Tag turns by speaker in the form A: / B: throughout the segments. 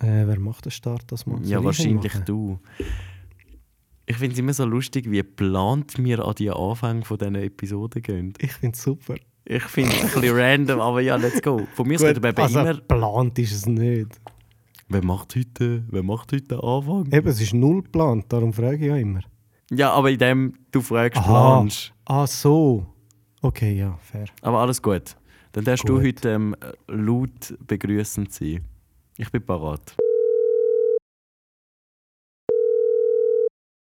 A: Äh, wer macht den Start das mal?
B: Ja, wahrscheinlich du. Ich finde es immer so lustig, wie plant mir an die Anfänge von diesen Episoden gehen.
A: Ich finde es super.
B: Ich finde es ein bisschen random, aber ja, let's go. Von mir aus könnte man eben
A: also
B: immer...
A: geplant ist es nicht.
B: Wer macht heute, wer macht heute den Anfang?
A: Eben, es ist null geplant, darum frage ich ja immer.
B: Ja, aber in dem du fragst,
A: Aha.
B: planst.
A: Ah, so. Okay, ja, fair.
B: Aber alles gut. Dann darfst du
A: Gut.
B: heute ähm, laut begrüßend sein. Ich bin parat.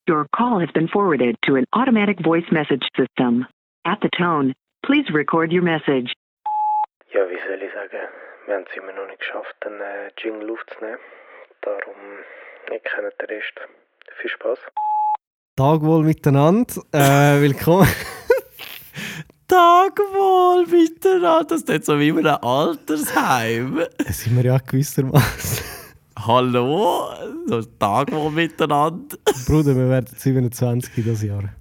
C: Your call has been forwarded to an automatic voice message system. At the tone, please record your message.
D: Ja, wie soll ich sagen? Wir haben es immer noch nicht geschafft, einen äh, Jingle aufzunehmen. Darum, ich kenne den Rest. Viel Spaß.
A: Tag wohl miteinander. Äh, willkommen.
B: Tag wohl miteinander. Das ist jetzt so wie in einem Altersheim.
A: Das sind wir ja gewissermaßen.
B: Hallo? So, Tag wohl miteinander.
A: Bruder, wir werden 27 dieses Jahr.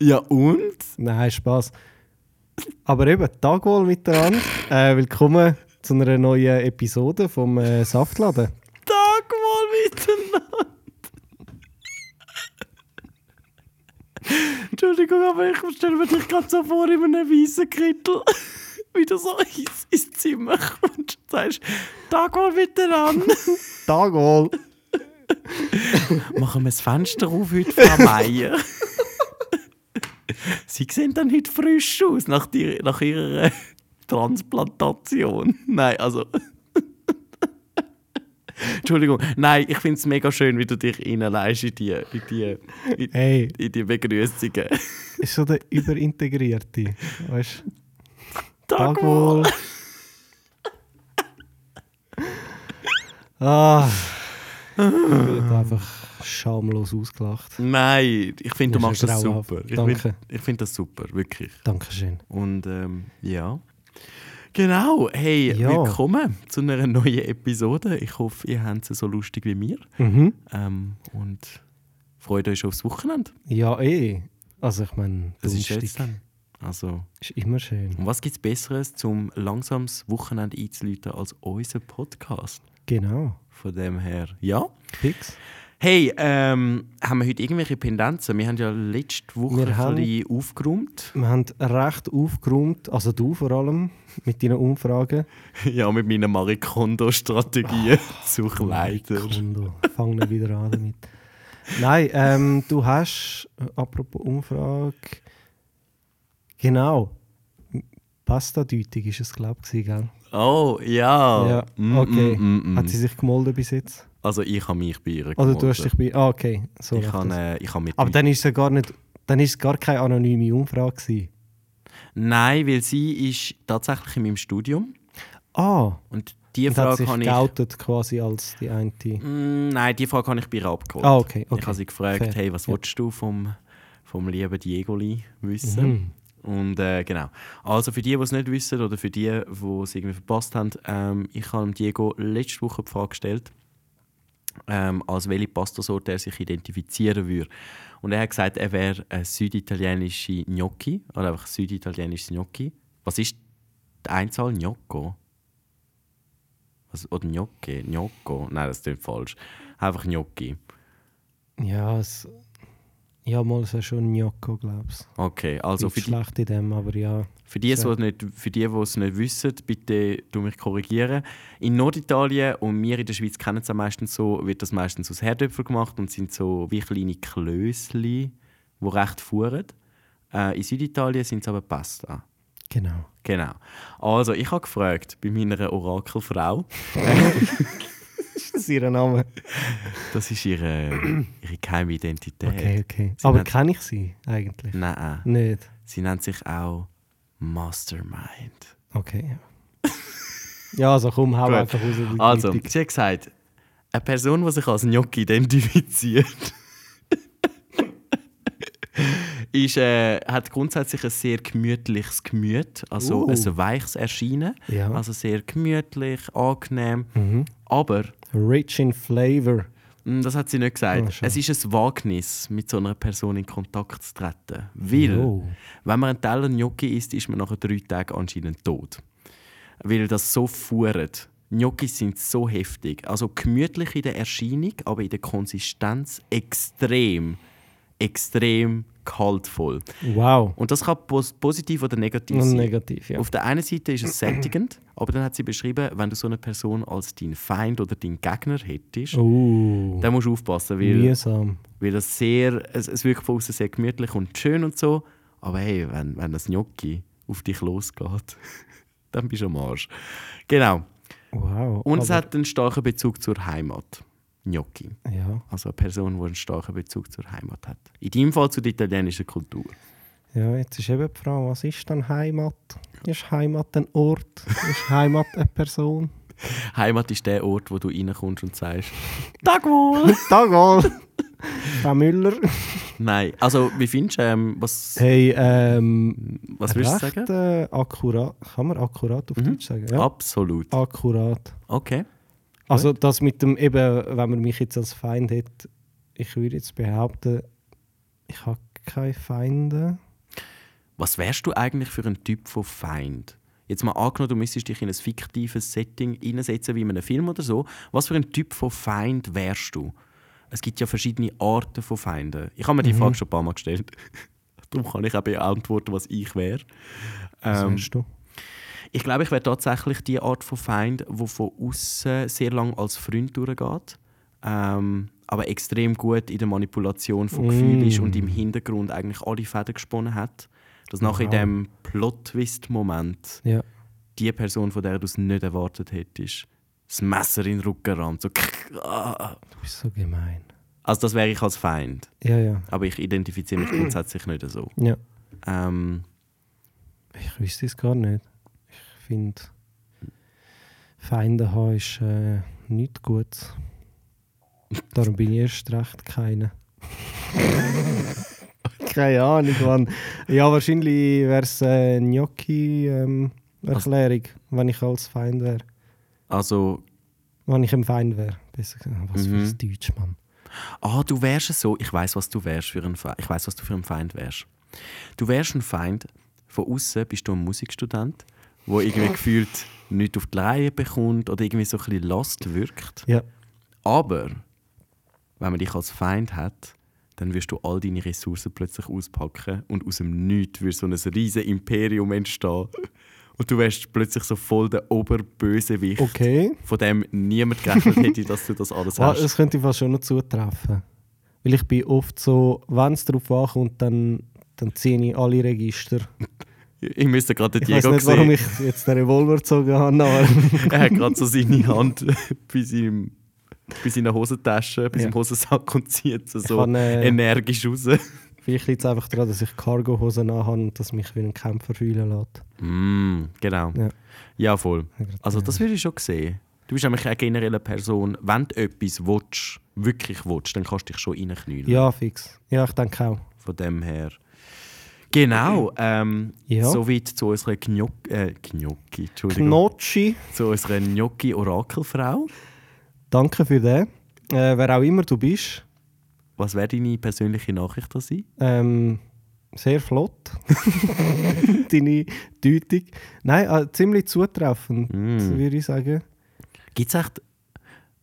B: Ja und?
A: Nein, Spaß. Aber eben, Tag wohl miteinander. Äh, willkommen zu einer neuen Episode vom äh, Saftladen.
B: Tag wohl miteinander. Entschuldigung, aber ich stelle mir dich gerade so vor in einem weißen Kittel, wie du so ins, ins Zimmer kommst und sagst, Tag wohl miteinander.
A: Tag wohl.
B: Machen wir das Fenster auf heute, Frau Meier. Sie sehen dann heute frisch aus, nach, die, nach ihrer äh, Transplantation. Nein, also... Entschuldigung, nein, ich finde es mega schön, wie du dich reinleist in die, in die, in,
A: Hey,
B: in die Begrüßungen.
A: ist so der überintegrierte. Weißt du?
B: Tag
A: Tag
B: wohl.
A: wohl. Ah. Ich werde einfach schamlos ausgelacht.
B: Nein, ich finde, du
A: Das
B: machst
A: ist
B: das
A: grauenhaft.
B: super. Ich
A: Danke.
B: finde ich find das super, wirklich.
A: Dankeschön.
B: Und ähm, ja. Genau, hey,
A: Ja.
B: willkommen zu einer neuen Episode. Ich hoffe, ihr habt es so lustig wie mir.
A: Mhm.
B: Ähm, und freut euch aufs Wochenende.
A: Ja, eh. Also ich meine,
B: Das ist
A: Donnerstag
B: jetzt dann. Also,
A: ist immer schön.
B: und was gibt es Besseres, zum langsames Wochenende einzuläuten als unser Podcast?
A: Genau.
B: Von dem her, ja.
A: Fix.
B: Hey, ähm, haben wir heute irgendwelche Pendenzen? Wir haben ja letzte Woche
A: Wir
B: ein
A: haben-
B: bisschen aufgeräumt.
A: Wir haben recht aufgeräumt, also du vor allem, mit deinen Umfragen.
B: ja, mit meiner Marikondo-Strategie zu Kleider.
A: Kondo, fang nicht wieder an damit. Nein, ähm, du hast, äh, apropos Umfrage, genau, Pasta-Deutung ist es, glaube ich, gewesen, gell?
B: Oh, ja.
A: ja,
B: Mm,
A: okay.
B: mm, mm, mm.
A: Hat sie sich gemolden bis jetzt?
B: Also ich habe mich bei ihr
A: Oder
B: gemeldet.
A: du hast dich bei... Ah, okay. So
B: Ich
A: läuft
B: habe
A: das.
B: äh, ich habe mit
A: Aber dann ist es ja gar nicht... Dann ist es gar keine anonyme Umfrage gewesen.
B: Nein, weil sie ist tatsächlich in meinem Studium.
A: Ah,
B: Und die
A: und hat
B: Frage
A: sich
B: habe ich...
A: geoutet quasi als die eine...
B: Mm, nein, die Frage habe ich bei ihr abgeholt.
A: Ah, okay, okay.
B: Ich habe sie gefragt,
A: Fair.
B: hey, was
A: Ja.
B: willst du vom, vom lieben Diegoli wissen?
A: Mhm.
B: Und äh, genau. Also für die, die es nicht wissen oder für die, die es irgendwie verpasst haben, ähm, ich habe dem Diego letzte Woche die Frage gestellt, ähm, als welche Pastasorte er sich identifizieren würde. Und er hat gesagt, er wäre ein süditalienische Gnocchi oder einfach süditalienisches Gnocchi. Was ist die Einzahl Gnocco? Was, oder Gnocchi? Gnocco? Nein, das klingt falsch. Einfach Gnocchi.
A: Ja, es... Ja, mal so schon Gnocco, glaube ich.
B: Okay, also
A: Also
B: für
A: Bin
B: die,
A: schlecht in dem, aber ja.
B: Für die, die es nicht, für die, die es nicht wissen, bitte du mich korrigieren. In Norditalien und wir in der Schweiz kennen es ja meistens so, wird das meistens aus Herdöpfen gemacht und sind so wie kleine Klösli, die recht fuhren. Äh, in Süditalien sind es aber Pasta.
A: Genau.
B: Genau. Also, ich habe gefragt bei meiner Orakelfrau,
A: Das ist ihr Name.
B: das ist ihre, ihre geheime Identität.
A: Okay, okay.
B: Sie
A: aber
B: nennt-
A: kenne ich sie eigentlich?
B: Nein,
A: Nicht.
B: sie nennt sich auch Mastermind.
A: Okay. ja. ja, also komm, hau
B: Gut.
A: einfach raus. die
B: Also,
A: Zeitung.
B: sie hat gesagt, eine Person, die sich als Gnocchi identifiziert, ist, äh, hat grundsätzlich ein sehr gemütliches Gemüt, also
A: Uh.
B: ein weiches Erscheinen,
A: Ja.
B: also sehr gemütlich, angenehm. Aber
A: Rich in Flavor.
B: mh, Hm, das hat sie nicht
A: Ah,
B: gesagt.
A: schade.
B: es ist ein Wagnis, mit so einer Person in Kontakt zu treten. Weil,
A: Jo.
B: wenn man einen Teller Gnocchi isst, ist man nach drei Tagen anscheinend tot. Weil das so fuhrt. Gnocchis sind so heftig. Also gemütlich in der Erscheinung, aber in der Konsistenz extrem, extrem kaltvoll.
A: Wow.
B: Und das kann pos positiv oder negativ
A: Und
B: sein.
A: negativ, ja.
B: Auf der einen Seite ist es sättigend, aber dann hat sie beschrieben, wenn du so eine Person als deinen Feind oder deinen Gegner hättest,
A: Oh,
B: dann musst du aufpassen, weil,
A: mühsam.
B: weil das sehr, es, es wirkt von außen sehr gemütlich und schön und so, aber hey, wenn, wenn das Gnocchi auf dich losgeht, dann bist du am Arsch. Genau.
A: Wow.
B: Und es
A: aber-
B: hat einen starken Bezug zur Heimat. Gnocchi.
A: Ja,
B: Also eine Person, die einen starken Bezug zur Heimat hat. In deinem Fall zu der italienischen Kultur.
A: ja, jetzt ist eben die Frage, was ist denn Heimat? Ist Heimat ein Ort? Ist Heimat eine Person?
B: Heimat ist der Ort, wo du reinkommst und sagst,
A: Tag wohl! Tag wohl! Frau Müller.
B: Nein, also wie findest du, ähm, was,
A: Hey, ähm,
B: was würdest du
A: recht,
B: sagen? Mhm.
A: Äh, akkurat. Kann man akkurat auf Deutsch sagen? Ja.
B: Absolut.
A: Akkurat.
B: Okay.
A: Also das mit dem eben, wenn man mich jetzt als Feind hat, ich würde jetzt behaupten, ich habe keine Feinde.
B: Was wärst du eigentlich für ein Typ von Feind? Jetzt mal angenommen, du müsstest dich in ein fiktives Setting hineinsetzen, wie in einem Film oder so. Was für ein Typ von Feind wärst du? Es gibt ja verschiedene Arten von Feinden. Ich habe mir die Frage schon ein paar Mal gestellt. Darum kann ich auch beantworten, was ich wäre.
A: Was
B: Ähm,
A: weißt du?
B: Ich glaube, ich wäre tatsächlich die Art von Feind, die von außen sehr lang als Freund durchgeht, ähm, aber extrem gut in der Manipulation von Gefühlen ist und im Hintergrund eigentlich alle Fäden gesponnen hat. Dass nachher in dem Plot-Twist-Moment
A: Ja.
B: die Person, von der du es nicht erwartet hättest, das Messer in den Rücken rammt. So. ah.
A: Du bist so gemein.
B: Also das wäre ich als Feind.
A: Ja, ja.
B: Aber ich identifiziere mich grundsätzlich nicht so.
A: Ja.
B: Ähm,
A: Ich wüsste es gar nicht. Ich finde, Feinde haben ist äh, nicht gut. Darum bin ich erst recht keine. keine Ahnung, Mann. Ja, wahrscheinlich wäre es eine Gnocchi-Erklärung, wenn ich als Feind wäre.
B: also
A: Wenn ich ein Feind wäre. Besser gesagt. Was für ein Deutsch, Mann.
B: Ah, du wärst so. Ich weiß, was du wärst für einen Feind. Ich weiß, was du für einen Feind wärst. Du wärst ein Feind. Von außen bist du ein Musikstudent, wo irgendwie gefühlt nichts auf die Reihe bekommt oder irgendwie so ein bisschen Last wirkt.
A: Ja.
B: Aber wenn man dich als Feind hat, dann wirst du all deine Ressourcen plötzlich auspacken und aus dem Nichts wird so ein riesen Imperium entstehen. Und du wärst plötzlich so voll der Oberbösewicht,
A: Okay.
B: von dem niemand gerechnet hätte, dass du das alles
A: Oh. Ah,
B: hast.
A: das könnte ich fast schon noch zutreffen. Weil ich bin oft so, wenn es darauf ankommt, dann, dann ziehe ich alle Register.
B: Ich müsste gerade den
A: Ich weiß
B: Diego
A: nicht, warum
B: sehen.
A: ich jetzt einen Revolver gezogen habe, aber
B: Er hat gerade so seine Hand bei, seinem, bei seiner Hosentasche, bei
A: Ja.
B: seinem Hosensack und zieht sie so
A: kann, äh,
B: energisch raus.
A: vielleicht liegt es einfach daran, dass ich Cargohosen anhabe und dass mich wie ein Kämpfer fühlen lässt.
B: Mm, genau.
A: Ja. äh,
B: Ja. voll. Also das würde ich schon sehen. Du bist nämlich eine generelle Person, wenn du etwas willst, wirklich willst, dann kannst du dich schon reinknüllen.
A: Ja, fix. Ja, ich denke auch.
B: Von dem her. Genau. Ähm,
A: Ja.
B: Soweit zu unserer Gnocchi, äh, Gnocchi, Entschuldigung.
A: Knotschi,
B: zu unserer Gnocchi-Orakelfrau.
A: danke für den. Äh, wer auch immer du bist,
B: Was wäre deine persönliche Nachricht da sein?
A: ähm, sehr flott. Deine Deutung. Nein, äh, ziemlich zutreffend, würde ich sagen.
B: Gibt es echt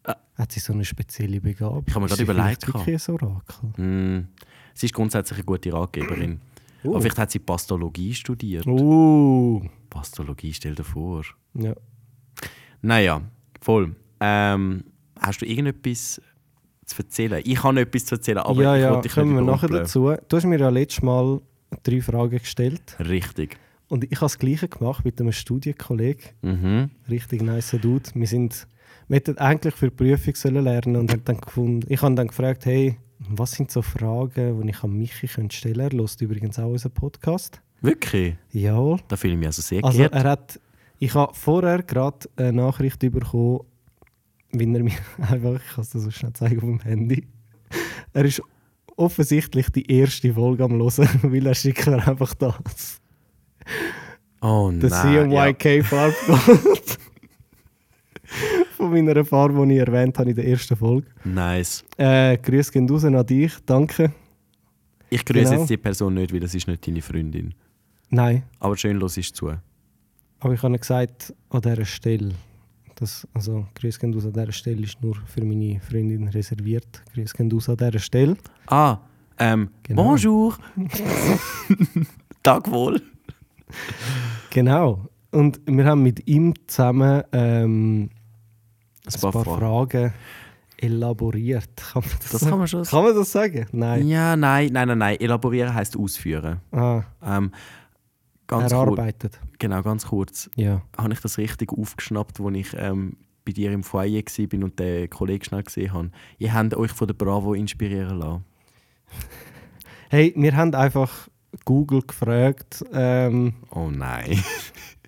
A: Hat sie so eine spezielle Begabung?
B: Ich habe mir
A: Ist
B: gerade
A: sie
B: überlegt,
A: vielleicht wirklich ein Orakel.
B: Mm. Sie ist grundsätzlich eine gute Ratgeberin.
A: Oh.
B: Aber vielleicht hat sie Pastologie studiert.
A: Uh.
B: Pastologie, stell dir vor.
A: Ja.
B: Naja, voll. Ähm, hast du irgendetwas zu erzählen? Ich habe etwas zu erzählen, aber
A: ja,
B: ich
A: ja,
B: wollte dich
A: kommen wir
B: nicht
A: nachher
B: überrumpeln.
A: dazu. Du hast mir ja letztes Mal drei Fragen gestellt
B: Richtig.
A: und ich habe das Gleiche gemacht mit einem Studienkollegen.
B: Mhm.
A: Richtig nice Dude. Wir, sind, wir hätten eigentlich für die Prüfung sollen lernen und haben dann gefunden, ich habe dann gefragt, hey, was sind so Fragen, die ich an Michi könnte stellen Er hört übrigens auch unseren Podcast.
B: Wirklich?
A: Jawohl.
B: Da fühle ich mich also sehr
A: Also
B: geehrt.
A: er hat, ich habe vorher gerade eine Nachricht bekommen, wenn er mir einfach, ich kann es dir so schnell zeigen auf dem Handy, er ist offensichtlich die erste Folge am Hören, weil er schickt mir einfach das.
B: oh
A: Das
B: nein. Ja.
A: CMYK Farbcode. Von meiner Farbe, die ich erwähnt habe in der ersten Folge.
B: Nice.
A: Äh, Grüße gehen raus an dich, danke.
B: Ich grüße
A: Genau.
B: jetzt die Person nicht, weil das ist nicht deine Freundin.
A: Nein,
B: Aber schön, los ist zu.
A: aber ich habe gesagt, an dieser Stelle, Das, also, Grüß gehen aus an dieser Stelle ist nur für meine Freundin reserviert. Grüß gehen aus an dieser Stelle.
B: Ah, ähm,
A: Genau.
B: Bonjour. Tag wohl.
A: Genau. Und wir haben mit ihm zusammen ähm,
B: Ein
A: ein
B: paar
A: paar,
B: Fragen.
A: Fragen. elaboriert. Kann man das,
B: Das
A: sagen?
B: kann man schon
A: Kann man das sagen? Nein.
B: Ja, nein, nein, nein, nein. Elaborieren heißt ausführen.
A: Ah,
B: Ähm, ganz kurz,
A: erarbeitet.
B: genau, ganz kurz.
A: Ja.
B: Habe ich das richtig aufgeschnappt, als ich ähm, bei dir im Foyer war und den Kollegen schnell gesehen habe? Ihr habt euch von der Bravo inspirieren lassen.
A: Hey, wir haben einfach Google gefragt. Ähm,
B: Oh nein.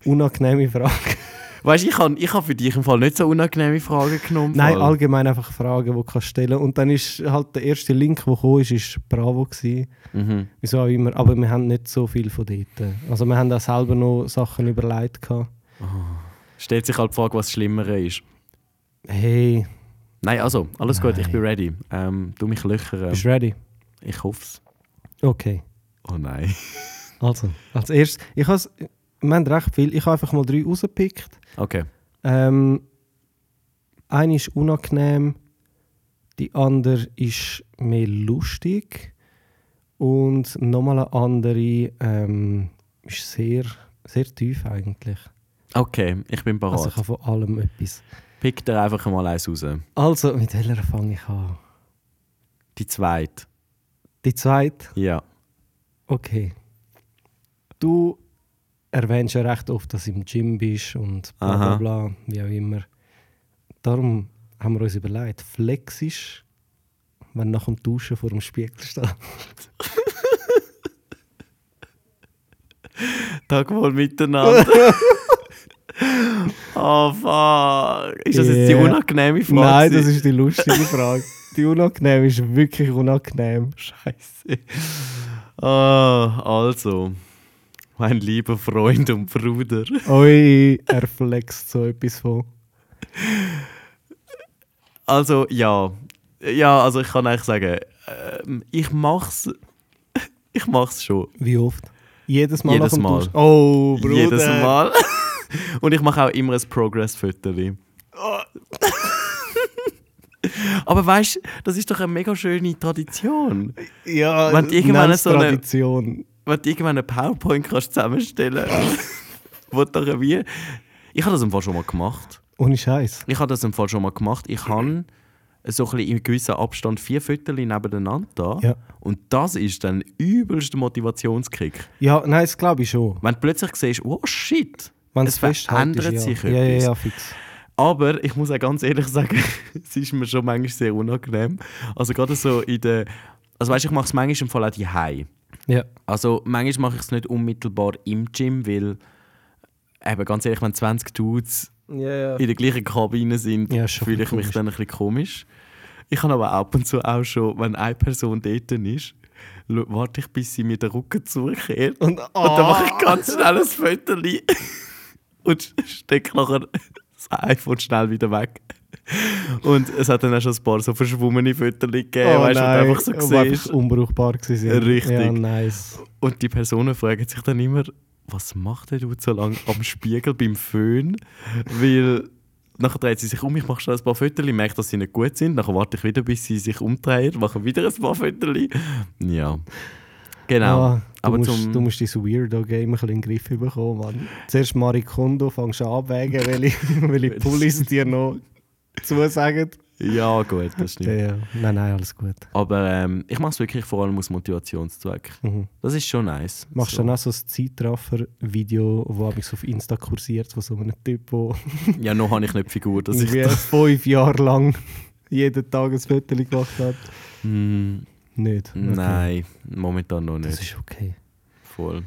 A: unangenehme Fragen.
B: weißt du, ich habe ich hab für dich im Fall nicht so unangenehme Fragen genommen.
A: Nein,
B: Fall.
A: allgemein einfach Fragen, die du kannst stellen Und dann ist halt der erste Link, der kam, ist, ist Bravo. Gewesen.
B: Mhm.
A: Wieso auch immer. Aber wir haben nicht so viel von dort. Also wir haben auch selber noch Sachen überlegt. Gehabt.
B: Stellt sich halt die Frage, was das Schlimmere ist.
A: Hey,
B: Nein, also, alles gut, ich
A: Nein.
B: bin ready. Ähm, du mich löchern.
A: bist du ready?
B: Ich hoff's.
A: Okay.
B: Oh nein.
A: Also, als erstes, ich has, wir haben recht viel. Ich habe einfach mal drei rausgepickt.
B: Okay.
A: Ähm, eine ist unangenehm, die andere ist mehr lustig und nochmal eine andere ähm, ist sehr, sehr tief eigentlich.
B: Okay, ich bin bereit.
A: Also ich habe von allem etwas.
B: Pick dir einfach mal eins raus.
A: Also, mit welcher fange ich an?
B: Die zweite.
A: Die zweite,
B: Ja.
A: okay. Du erwähnst ja recht oft, dass du im Gym bist und bla
B: Aha.
A: bla bla, wie auch immer. Darum haben wir uns überlegt, flexisch, wenn du nach dem Duschen vor dem Spiegel stehst.
B: Tag wohl miteinander. oh fuck. Ist das jetzt die
A: Yeah.
B: unangenehme Frage?
A: Nein, das
B: gewesen?
A: ist die lustige Frage. die unangenehm ist wirklich unangenehm.
B: Scheiße. Ah, also. Mein lieber Freund und Bruder.
A: Ui, er flext so etwas von.
B: Also, ja. Ja, also ich kann eigentlich sagen, ähm, ich mach's. Ich mach's schon.
A: Wie oft? Jedes Mal
B: Jedes
A: nach dem
B: Mal.
A: Duschen. Oh, Bruder.
B: Jedes Mal. Und ich mache auch immer ein Progress-Foto.
A: Oh.
B: Aber weißt du, das ist doch eine mega schöne Tradition.
A: Ja,
B: Wenn du irgendwann
A: nenn's
B: so eine-
A: Tradition.
B: Wenn du irgendwann eine PowerPoint kannst zusammenstellen wo du doch wie. Ich habe das im Fall schon mal gemacht.
A: Ohne Scheiß.
B: Ich habe das im Fall schon mal gemacht. Ich habe so ein bisschen in gewissem Abstand vier Fotos nebeneinander da.
A: Ja.
B: Und das ist dann übelster Motivationskick.
A: Ja, nein, das glaube ich schon.
B: Wenn du plötzlich siehst, oh shit,
A: Wenn
B: es verändert
A: ja.
B: sich
A: ja,
B: etwas.
A: ja, ja, fix.
B: Aber ich muss auch ganz ehrlich sagen, es ist mir schon manchmal sehr unangenehm. Also gerade so in der... Also weißt, ich mache es manchmal im Fall auch daheim.
A: Ja.
B: Also manchmal mache ich es nicht unmittelbar im Gym, weil... Eben, ganz ehrlich, wenn 20 Dudes
A: Ja,
B: in der gleichen Kabine sind,
A: Ja, ist schon
B: fühle ich mich
A: komisch.
B: dann ein bisschen komisch. Ich habe aber ab und zu auch schon, wenn eine Person dort ist, lo- warte ich, bis sie mir den Rücken zurückkehrt.
A: Und,
B: Und dann mache
A: Ah!
B: ich ganz schnell ein Fötterli und stecke nachher das iPhone schnell wieder weg. Und es hat dann auch schon ein paar so verschwommene Fötterli gegeben, weißt du, wo du
A: Oh, nein,
B: einfach so
A: wo einfach
B: siehst.
A: unbrauchbar waren.
B: Richtig.
A: Ja, nice.
B: Und die Personen fragen sich dann immer, was macht der du so lange am Spiegel beim Föhn? Weil nachher dreht sie sich um, ich mache schnell ein paar Fötterli, merke, dass sie nicht gut sind. Nachher warte ich wieder, bis sie sich umdreht, mache wieder ein paar Fötterli. Ja. Genau.
A: Ah, du,
B: Aber
A: musst,
B: zum-
A: du musst dein Weirdo-Game ein bisschen in den Griff bekommen, Mann. Zuerst Marikondo, fängst du an abwägen, welche, welche Pullis dir noch zusagen.
B: Ja, gut, das stimmt.
A: Ja, ja. Nein, nein, alles gut.
B: Aber ähm, ich mache es wirklich vor allem aus Motivationszweck.
A: Mhm.
B: Das ist schon nice.
A: Machst du dann auch so ein Zeitraffer-Video, das abends auf Insta kursiert, von so einem Typ, der
B: Ja, noch habe ich nicht die Figur, dass ich
A: irgendwie
B: das...
A: fünf Jahre lang jeden Tag ein Foto gemacht hat?
B: Mm,
A: Nicht? Okay.
B: Nein, momentan noch
A: Das
B: nicht.
A: ist okay.
B: Voll.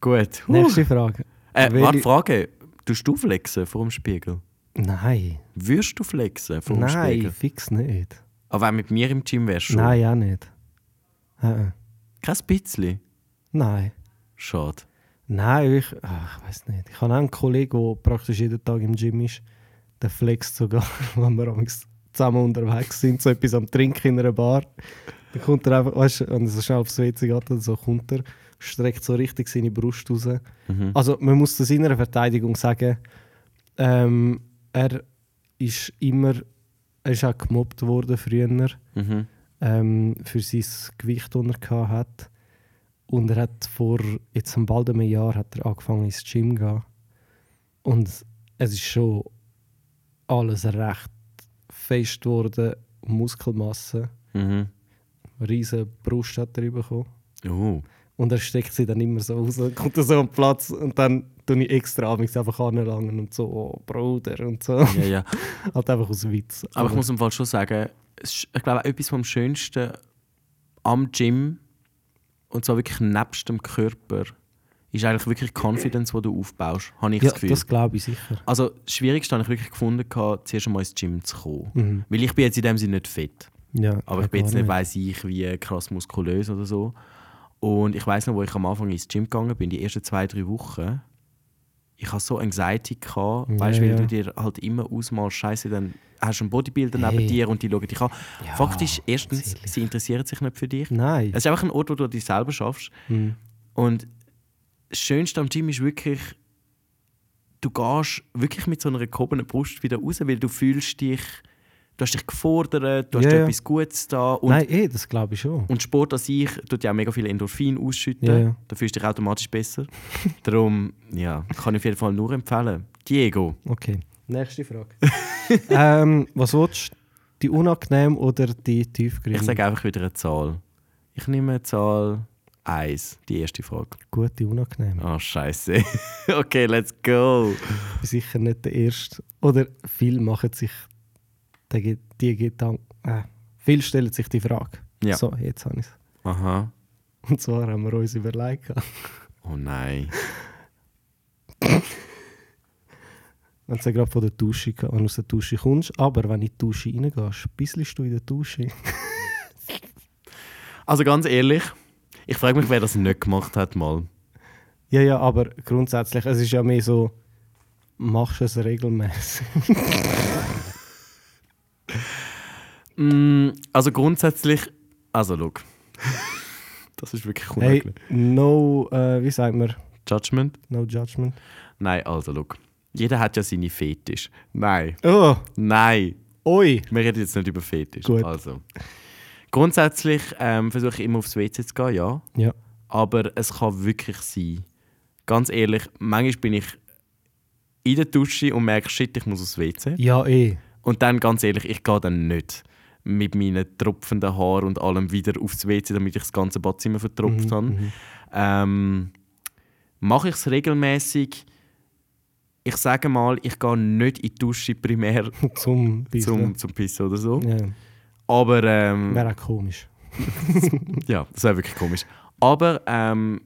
B: Gut.
A: Nächste Frage.
B: Äh,
A: Welche-
B: warte, Frage. Tust du flexen vor dem Spiegel?
A: Nein.
B: Würdest du flexen vor dem
A: Nein,
B: Spiegel?
A: fix nicht.
B: Aber wenn du mit mir im Gym wärst schon?
A: Nein, auch nicht. Äh, äh.
B: Kein bisschen?
A: Nein.
B: Schade.
A: Nein, ich, ach, ich weiß nicht. Ich habe auch einen Kollegen, der praktisch jeden Tag im Gym ist. Der flext sogar, wenn wir abends zusammen unterwegs sind, so etwas am Trinken in einer Bar. Dann kommt er einfach, weißt du, wenn er so schnell aufs WC geht, dann so kommt er, streckt so richtig seine Brust raus. Also man muss zu seiner Verteidigung sagen, ähm, er ist immer, er ist auch gemobbt worden früher
B: Mhm.
A: ähm, für sein Gewicht, das er gehabt hat. Und er hat vor jetzt bald einem Jahr hat er angefangen ins Gym zu gehen. Und es ist schon alles recht fest geworden, Muskelmasse,
B: Mhm.
A: riesen Brust hat er bekommen.
B: Oh.
A: Und er steckt sie dann immer so raus, kommt er so am Platz und dann tue ich extra abends einfach anlangen und so, oh, Bruder und so.
B: Ja, ja.
A: halt einfach aus Witz.
B: Aber ich muss im Fall schon sagen, es ist, ich glaube, etwas vom Schönsten am Gym, und zwar wirklich nebst dem Körper, ist eigentlich wirklich die Confidence, die du aufbaust, habe ich
A: ja,
B: das Gefühl.
A: das glaube ich sicher.
B: also das Schwierigste habe ich wirklich gefunden, gehabt, zuerst einmal ins Gym zu kommen.
A: Mhm.
B: Weil ich bin jetzt in dem Sinne nicht fit.
A: Ja,
B: Aber ich bin jetzt nicht, weiss ich, wie krass muskulös oder so. Und ich weiß noch, wo ich am Anfang ins Gym gegangen bin, die ersten zwei, drei Wochen, ich hatte so Anxiety, gehabt,
A: Ja,
B: weißt, weil
A: ja.
B: du dir halt immer ausmalst, Scheiße, dann hast du einen Bodybuilder neben
A: Hey.
B: dir und die schauen dich an.
A: Ja,
B: Faktisch, erstens,
A: natürlich.
B: sie interessieren sich nicht für dich.
A: Nein.
B: Es ist einfach ein Ort, wo du dich selber schaffst.
A: Mhm.
B: Und das Schönste am Gym ist wirklich, du gehst wirklich mit so einer gehobenen Brust wieder raus, weil du fühlst dich, du hast dich gefordert, du hast
A: Ja,
B: dir
A: ja.
B: etwas Gutes da. Und
A: Nein, eh, das glaube ich schon.
B: und Sport an sich tut ja auch mega viel Endorphin ausschütten.
A: Ja, ja.
B: Da fühlst du dich automatisch besser. Darum, ja, kann ich auf jeden Fall nur empfehlen. Diego.
A: Okay. Nächste Frage. ähm, was willst du? Die unangenehm oder die
B: Ich
A: tiefgründige?
B: sage einfach wieder eine Zahl. Ich nehme die Zahl 1, die erste Frage.
A: gut, die unangenehm.
B: Ah, Scheiße. okay, let's go.
A: Ich bin sicher nicht der Erste. Oder viele machen sich die, Ge- die Gedanken. Äh, viele stellen sich die Frage.
B: Ja.
A: So, jetzt habe ich es.
B: Aha.
A: Und zwar haben wir uns überlegt.
B: Oh nein.
A: Wenn du gerade von der Dusche geh- wenn du aus der Dusche kommst, aber wenn du in die Dusche reingehst, bisselst du in der Dusche.
B: Also ganz ehrlich, ich frage mich, wer das nicht gemacht hat mal.
A: ja, ja, aber grundsätzlich, es ist ja mehr so, machst du es regelmäßig.
B: Mm, also grundsätzlich, also look. das ist wirklich
A: hey,
B: unangenehm.
A: no, äh, wie sagt man,
B: Judgment?
A: no judgment.
B: Nein, also look. Jeder hat ja seine Fetisch. Nein.
A: Oh,
B: Nein,
A: oi!
B: wir reden jetzt nicht über Fetisch.
A: Gut.
B: Also. Grundsätzlich ähm, versuche ich immer aufs WC zu gehen, ja.
A: Ja,
B: Aber es kann wirklich sein. Ganz ehrlich, manchmal bin ich in der Dusche und merke, shit, ich muss aufs WC.
A: ja eh.
B: Und dann, ganz ehrlich, ich gehe dann nicht mit meinen tropfenden Haaren und allem wieder aufs WC, damit ich das ganze Badzimmer
A: Mhm,
B: vertropft habe. Ähm, Mache ich es regelmäßig? Ich sage mal, ich gehe nicht in die Dusche primär
A: Zum Bisseln.
B: zum, Mhm. zum Pissen oder so.
A: Ja,
B: Aber ähm,
A: wäre auch komisch.
B: ja, das wäre wirklich komisch. Aber ähm,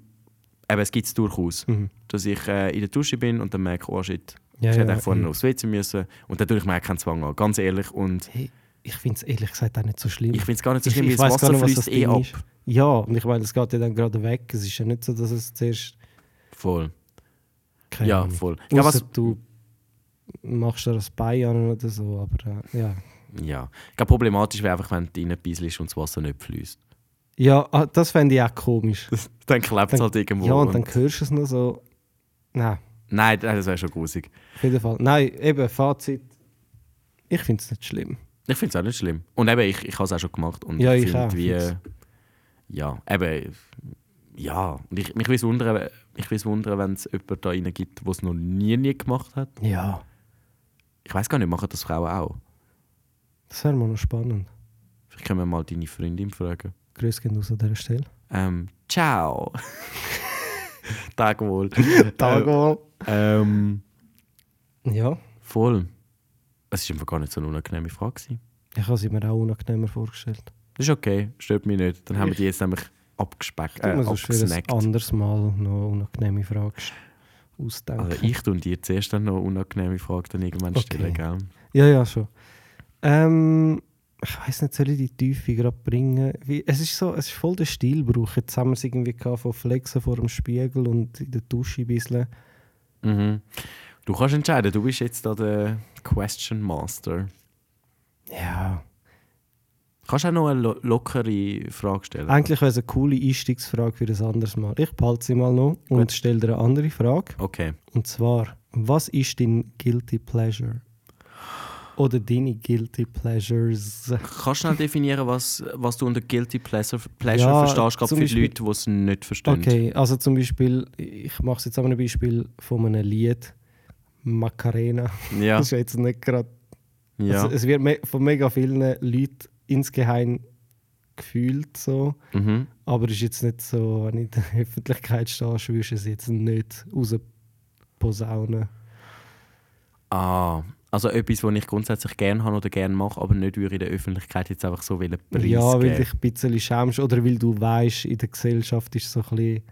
B: eben, es gibt es durchaus,
A: Mhm.
B: dass ich äh, in der Dusche bin und dann merke, oh shit,
A: Ja,
B: ich hätte
A: ja,
B: eigentlich vorher
A: ja.
B: noch aufs WC müssen. Und dann tue ich mir auch keinen Zwang an, ganz ehrlich. Und
A: Hey, ich finde es ehrlich gesagt auch nicht so schlimm.
B: ich finde es gar nicht so schlimm,
A: ich
B: weil das
A: weiss gar
B: Wasser
A: nicht, was
B: fließt
A: das
B: eh
A: Ding
B: ab.
A: ist. Ja, und ich meine, es geht ja dann gerade weg. Es ist ja nicht so, dass es zuerst.
B: Voll.
A: Keine
B: ja,
A: Ahnung.
B: voll. Ja,
A: Ausser,
B: was,
A: du machst da das Bein an oder so, aber äh, ja.
B: ja. Ich glaube, problematisch wäre einfach, wenn du rein bisselst und das Wasser nicht fließt.
A: Ja, ah, das fände ich auch komisch.
B: Dann klebt es
A: Dann-
B: halt irgendwo.
A: ja, und dann
B: und-
A: hörst du es noch so. Nein,
B: Nein, das wäre schon grusig.
A: auf jeden Fall. Nein, eben, Fazit. Ich finde es nicht schlimm.
B: Ich finde es auch nicht schlimm. Und eben, ich, ich habe es auch schon gemacht. Und
A: Ja, ich
B: finde
A: auch,
B: wie.
A: fix.
B: Ja, eben. Ja. Und ich, mich würde wundern, ich würd's wundern wenn es jemanden da rein gibt, der es noch nie, nie gemacht hat.
A: Ja.
B: Ich weiß gar nicht, machen das Frauen auch?
A: Das wäre mal noch spannend.
B: Vielleicht können wir mal deine Freundin fragen.
A: Grüß gehen aus an dieser Stelle.
B: Ähm, ciao. Tag wohl.
A: Tago.
B: Ähm,
A: Äh, Ja,
B: voll. Es ist einfach gar nicht so eine unangenehme Frage. Gewesen.
A: ich habe sie mir auch unangenehmer vorgestellt.
B: Das ist okay, stört mich nicht. Dann haben wir die jetzt nämlich abgespeckt,
A: Tut
B: äh,
A: mir so schwer, ein
B: abgesnackt.
A: anderes Mal noch unangenehme Frage st- ausdenken.
B: Also ich und dir zuerst dann noch unangenehme Fragen dann irgendwann
A: Okay.
B: stellen, gell?
A: Ja, ja, schon. Ähm, ich weiß nicht, soll ich die Tiefe gerade bringen? Wie, es ist so, es ist voll der Stilbruch. Jetzt haben wir es irgendwie gehabt von Flexen vor dem Spiegel und in der Dusche ein bisschen.
B: Mhm. Du kannst entscheiden, du bist jetzt da der Question Master.
A: Ja.
B: Kannst auch noch eine lo lockere Frage stellen.
A: Eigentlich wäre es eine coole Einstiegsfrage für ein anderes Mal. Ich behalte sie mal noch und stelle dir eine andere Frage.
B: Okay.
A: Und zwar, was ist dein Guilty Pleasure? Oder deine Guilty Pleasures.
B: Kannst du schnell definieren, was, was du unter Guilty Pleasure, Pleasure
A: Ja,
B: verstehst, gerade
A: zum
B: für die
A: Beispiel-
B: Leute, die es nicht verstehen?
A: Okay, also zum Beispiel, ich mache es jetzt an einem Beispiel von einem Lied. Macarena.
B: Ja,
A: Das ist jetzt nicht gerade.
B: ja.
A: Also, es wird me von mega vielen Leuten insgeheim gefühlt so.
B: mhm.
A: Aber ist jetzt nicht so, wenn du in der Öffentlichkeit stehst, würdest du es jetzt nicht rausposaunen.
B: Ah, also etwas, was ich grundsätzlich gerne habe oder gerne mache, aber nicht würde in der Öffentlichkeit jetzt einfach so wollen preisgeben.
A: Ja, weil dich ein bisschen schämst oder weil du weißt, in der Gesellschaft ist so ein bisschen.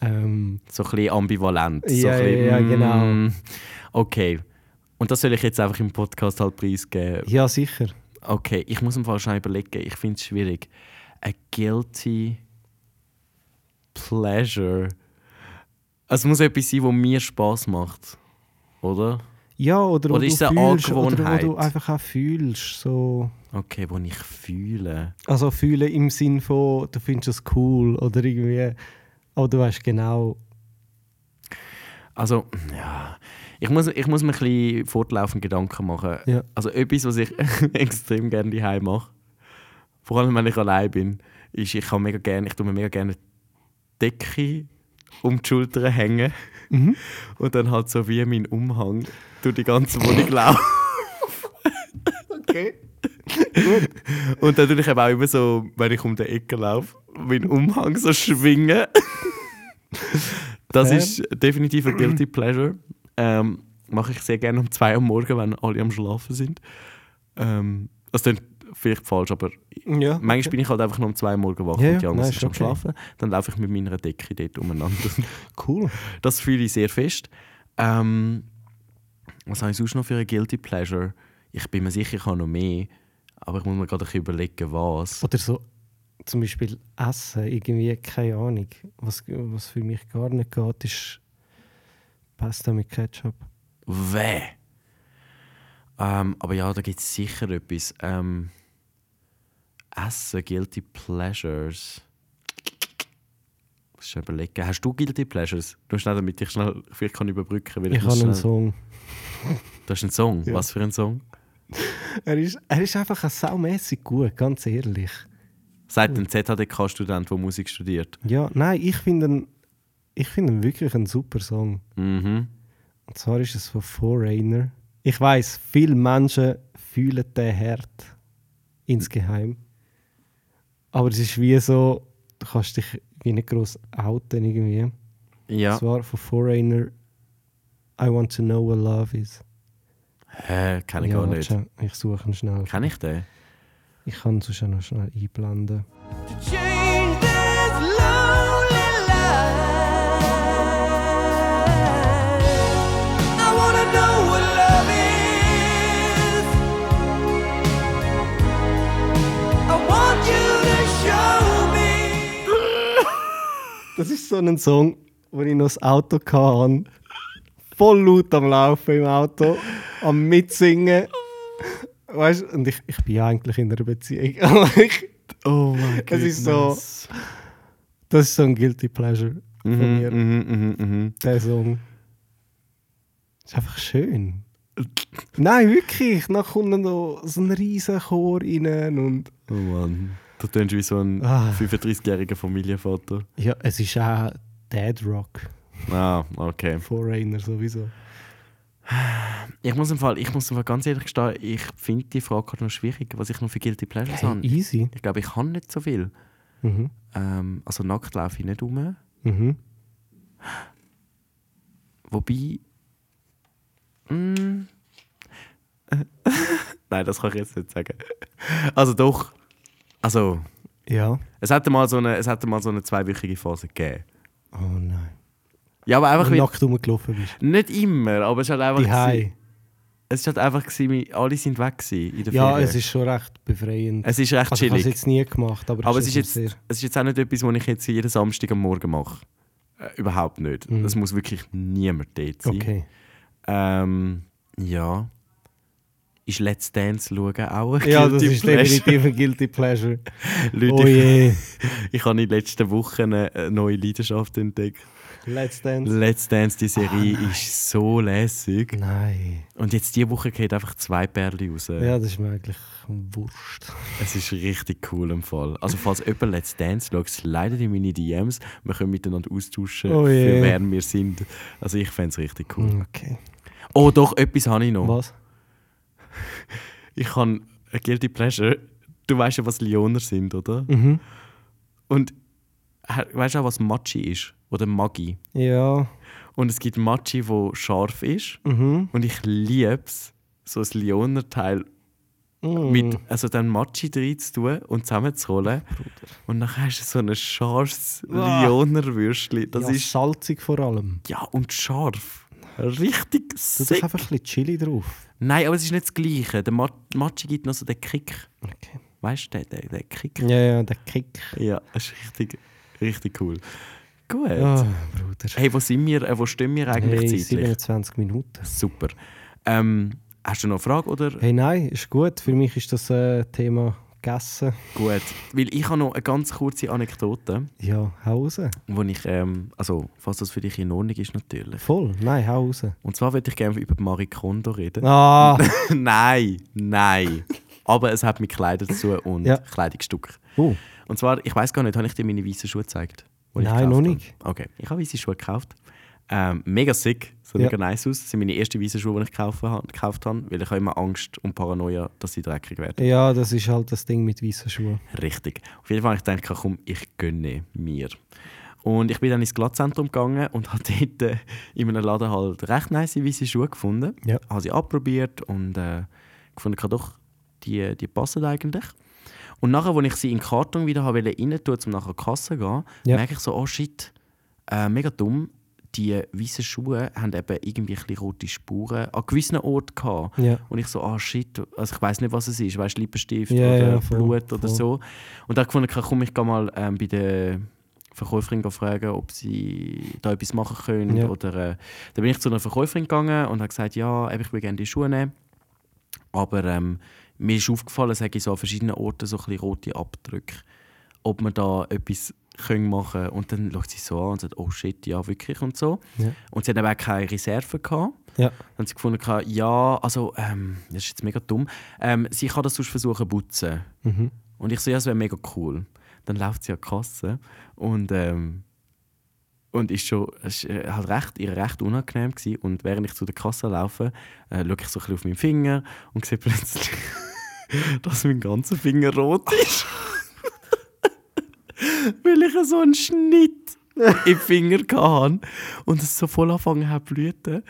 A: Ähm,
B: So ein bisschen ambivalent. so
A: Ja,
B: ein bisschen,
A: ja, ja, genau.
B: mm, Okay. Und das soll ich jetzt einfach im Podcast halt preisgeben.
A: ja, sicher.
B: Okay, ich muss im Fall schnell überlegen. Ich finde es schwierig. A guilty pleasure. Also es muss etwas sein, wo mir Spaß macht, oder?
A: Ja, oder, wo
B: Oder
A: du
B: ist es eine
A: fühlst, oder wo
B: Angewohnheit?
A: du einfach auch fühlst. So.
B: Okay, wo ich fühle.
A: Also fühlen im Sinn von, du findest es cool oder irgendwie. Aber du weißt genau.
B: Also, ja. Ich muss, ich muss mir ein bisschen fortlaufend Gedanken machen.
A: Ja.
B: Also etwas, was ich extrem gerne daheim mache, vor allem wenn ich allein bin, ist, ich kann mega gerne, ich tue mir mega gerne die Decke um die Schultern hängen und dann halt so wie mein Umhang durch die ganze Wohnung laufen.
A: Okay.
B: Und dann tue ich eben auch immer so, wenn ich um die Ecke laufe, meinen Umhang so schwingen. Das
A: Ähm.
B: ist definitiv ein guilty pleasure. Ähm, Mache ich sehr gerne um 2 Uhr morgens, wenn alle am Schlafen sind. Ähm, das klingt vielleicht falsch, aber
A: Ja.
B: manchmal bin ich halt einfach nur um 2 Uhr morgens wach
A: Ja,
B: und die
A: ja,
B: anderen
A: nein,
B: sind
A: ist
B: schon am
A: okay.
B: schlafen. Dann laufe ich mit meiner Decke dort umeinander.
A: Cool.
B: Das fühle ich sehr fest. Ähm, was habe ich sonst noch für ein Guilty Pleasure? Ich bin mir sicher, ich habe noch mehr. Aber ich muss mir gerade ein bisschen überlegen, was.
A: Oder so zum Beispiel Essen, irgendwie, keine Ahnung. Was, was für mich gar nicht geht, ist Pasta mit Ketchup.
B: Weh! Ähm, aber ja, da gibt es sicher etwas. Ähm, Essen, Guilty Pleasures. Muss ich überlegen. Hast du Guilty Pleasures? Du schnell, damit ich schnell vielleicht kann überbrücken, weil ich,
A: Ich
B: muss
A: habe einen
B: schnell...
A: Song.
B: Du hast einen Song.
A: Ja.
B: Was für ein Song?
A: Er ist, er ist einfach ein saumässig gut, ganz ehrlich.
B: Seit ein ZHDK-Student, der Musik studiert.
A: Ja, nein, ich finde ihn, ich finde ihn wirklich einen super Song.
B: Mhm.
A: Und zwar ist es von Foreigner. Ich weiß, viele Menschen fühlen den Herd insgeheim. Aber es ist wie so, du kannst dich wie nicht gross outen irgendwie.
B: Ja.
A: Es war von Foreigner I Want to Know What Love Is.
B: Hä, kann ich
A: ja,
B: gar
A: warte
B: nicht.
A: schnell, Ich suche ihn schnell.
B: Kann ich den?
A: Ich kann sonst auch noch schnell einblenden.
E: Change this lonely life. I wanna know what love is. I want you to show me.
A: Das ist so ein Song, wo ich noch das Auto hatte. Voll laut am Laufen im Auto, am Mitsingen. Weißt du, und ich, ich bin ja eigentlich in einer Beziehung. aber ich-
B: Oh mein Gott.
A: Es ist so- das ist so ein Guilty Pleasure von mir,
B: Mhm, mhm, mhm.
A: der Song. Ist einfach schön. Nein, wirklich. Dann kommt dann noch so ein riesen Chor rein und...
B: Oh Mann. Du tönst wie so ein
A: Ah.
B: 35-jähriger Familienvater.
A: Ja, es ist auch Dead Rock.
B: Ah, okay.
A: Foreigner sowieso.
B: Ich muss im Fall, ich muss im Fall ganz ehrlich gestehen, ich finde die Frage gerade noch schwierig, was ich noch für Guilty Pleasures
A: Hey,
B: habe. Ich,
A: easy.
B: glaube, ich habe nicht so viel.
A: Mhm.
B: Ähm, also nackt laufe ich nicht rum.
A: Mhm.
B: Wobei... Mm. Nein, das kann ich jetzt nicht sagen. Also doch. Also...
A: Ja.
B: Es hätte mal so eine, es hätte mal so eine zweiwöchige Phase gegeben.
A: Oh nein.
B: Ja, aber einfach
A: Wenn du
B: weil,
A: nackt rumgelaufen bist.
B: nicht immer, aber es ist halt einfach gewesen-
A: Zuhause.
B: es ist halt einfach gewesen, wir- alle sind weg gewesen in der
A: Ja,
B: Ferien.
A: es ist schon recht befreiend.
B: es ist recht
A: also, ich habe es
B: chillig.
A: jetzt nie gemacht, aber,
B: aber es
A: ich
B: ist
A: schätze
B: jetzt, es ist jetzt auch nicht etwas, was ich jetzt jeden Samstag am Morgen mache. Äh, überhaupt nicht.
A: Mhm.
B: Es muss wirklich niemand dort
A: sehr.
B: sein.
A: Okay.
B: Ähm, ja. Ähm, ist Let's Dance schauen auch ein
A: Ja, das
B: Guilty
A: ist
B: Pleasure.
A: definitiv ein Guilty Pleasure.
B: Leute,
A: Oh je,
B: ich habe in den letzten Wochen eine neue Leidenschaft entdeckt.
A: Let's Dance.
B: Let's Dance, die Serie
A: Ah,
B: ist so lässig.
A: Nein.
B: Und jetzt diese Woche geht einfach zwei Perlen raus.
A: Ja, das ist mir eigentlich wurscht.
B: Es ist richtig cool im Fall. Also falls jemand Let's Dance schaut, slidet in meine DMs. Wir können miteinander austauschen,
A: Oh je.
B: für wer wir sind. Also ich fände es richtig cool.
A: Okay.
B: Oh doch, etwas habe ich noch.
A: Was?
B: Ich habe ein Guilty Pleasure. Du weißt ja, was Leoner sind, oder?
A: Mhm.
B: Und he- weißt du auch, was Machi ist? Oder Maggi.
A: Ja.
B: Und es gibt Machi, wo scharf ist.
A: Mhm.
B: Und ich liebe es, so ein Leoner-Teil
A: Mm.
B: mit also dann Matschi drin zu tun und zusammenzurollen. Und dann hast du so ein scharfes
A: Ah.
B: Lionerwürstchen. Das
A: ja,
B: ist
A: salzig vor allem.
B: ja und scharf. Richtig
A: Du hast
B: sick.
A: einfach ein bisschen Chili drauf.
B: Nein, aber es ist nicht das Gleiche. Der Mat Matschi gibt noch so den Kick.
A: Okay.
B: Weißt du, den, den, den Kick?
A: Ja, ja, der Kick.
B: Ja, das ist richtig, richtig cool. Gut.
A: Ah, Bruder.
B: Hey, wo sind wir? Äh, wo stehen wir eigentlich
A: Hey,
B: zeitlich?
A: 27 Minuten.
B: Super. Ähm, hast du noch eine Frage oder?
A: Hey, nein, ist gut. Für mich ist das äh, Thema gegessen.
B: Gut. Weil ich habe noch eine ganz kurze Anekdote.
A: Ja, hau raus.
B: wo ich, ähm, also falls das für dich in Ordnung ist natürlich.
A: Voll. Nein, hau raus.
B: Und zwar würde ich gerne über die Marie Kondo reden.
A: Ah,
B: nein, nein. Aber es hat mit Kleidern zu tun und
A: Ja.
B: Kleidungsstück.
A: oh,
B: Und zwar, ich weiß gar nicht, habe ich dir meine weißen Schuhe gezeigt? die ich
A: Nein,
B: gekauft
A: noch
B: habe?
A: nicht.
B: Okay, ich habe weiße Schuhe gekauft. Ähm, mega sick, sehen
A: Ja.
B: mega nice aus. Das sind meine ersten weißen Schuhe, die ich gekauft habe, gekauft habe, weil ich habe immer Angst und Paranoia, dass sie dreckig werden.
A: ja, das ist halt das Ding mit weißen Schuhen.
B: Richtig. Auf jeden Fall habe ich gedacht, komm, ich gönne mir. Und ich bin dann ins Glattzentrum gegangen und habe dort äh, in einem Laden halt recht nice weiße Schuhe gefunden.
A: Ja.
B: Habe sie abprobiert und äh, gefunden, ja, doch, die, die passen eigentlich. Und nachher, als ich sie in den Karton wieder habe wollte rein tun, um nachher Kasse zu gehen,
A: Ja.
B: merke ich so, oh shit, äh, mega dumm. Die weißen Schuhe haben eben irgendwie ein bisschen rote Spuren an gewissen Orten gehabt.
A: Ja.
B: Und ich so, ah shit, also ich weiß nicht, was es ist. Weißt du, Lippenstift
A: Ja,
B: oder
A: ja, voll,
B: Blut oder
A: voll.
B: so. Und da habe ich gefunden, komm, ich gehe mal ähm, bei der Verkäuferin fragen, ob sie da etwas machen können.
A: Ja.
B: Oder, äh, dann bin ich zu einer Verkäuferin gegangen und habe gesagt, ja, eben, ich würde gerne die Schuhe nehmen. Aber ähm, mir ist aufgefallen, es habe so an verschiedenen Orten so ein bisschen rote Abdrücke. Ob wir da etwas können machen können. Und dann schaut sie so an und sagt, oh shit, ja, wirklich und so.
A: Ja.
B: Und sie hat eben auch keine Reserven gehabt.
A: Ja.
B: Dann hat sie gefunden, gehabt, ja, also, ähm, das ist jetzt mega dumm. Ähm, sie kann das sonst versuchen zu putzen.
A: Mhm.
B: Und ich so, ja, das wäre mega cool. Dann läuft sie an die Kasse und, ähm, und ist schon ist äh, halt recht, ihr recht unangenehm gewesen. Und während ich zu der Kasse laufe, äh, schaue ich so ein bisschen auf meinen Finger und sehe plötzlich, dass mein ganzer Finger rot ist. Weil ich so einen Schnitt im Finger hatte und es so voll angefangen hat zu blüten.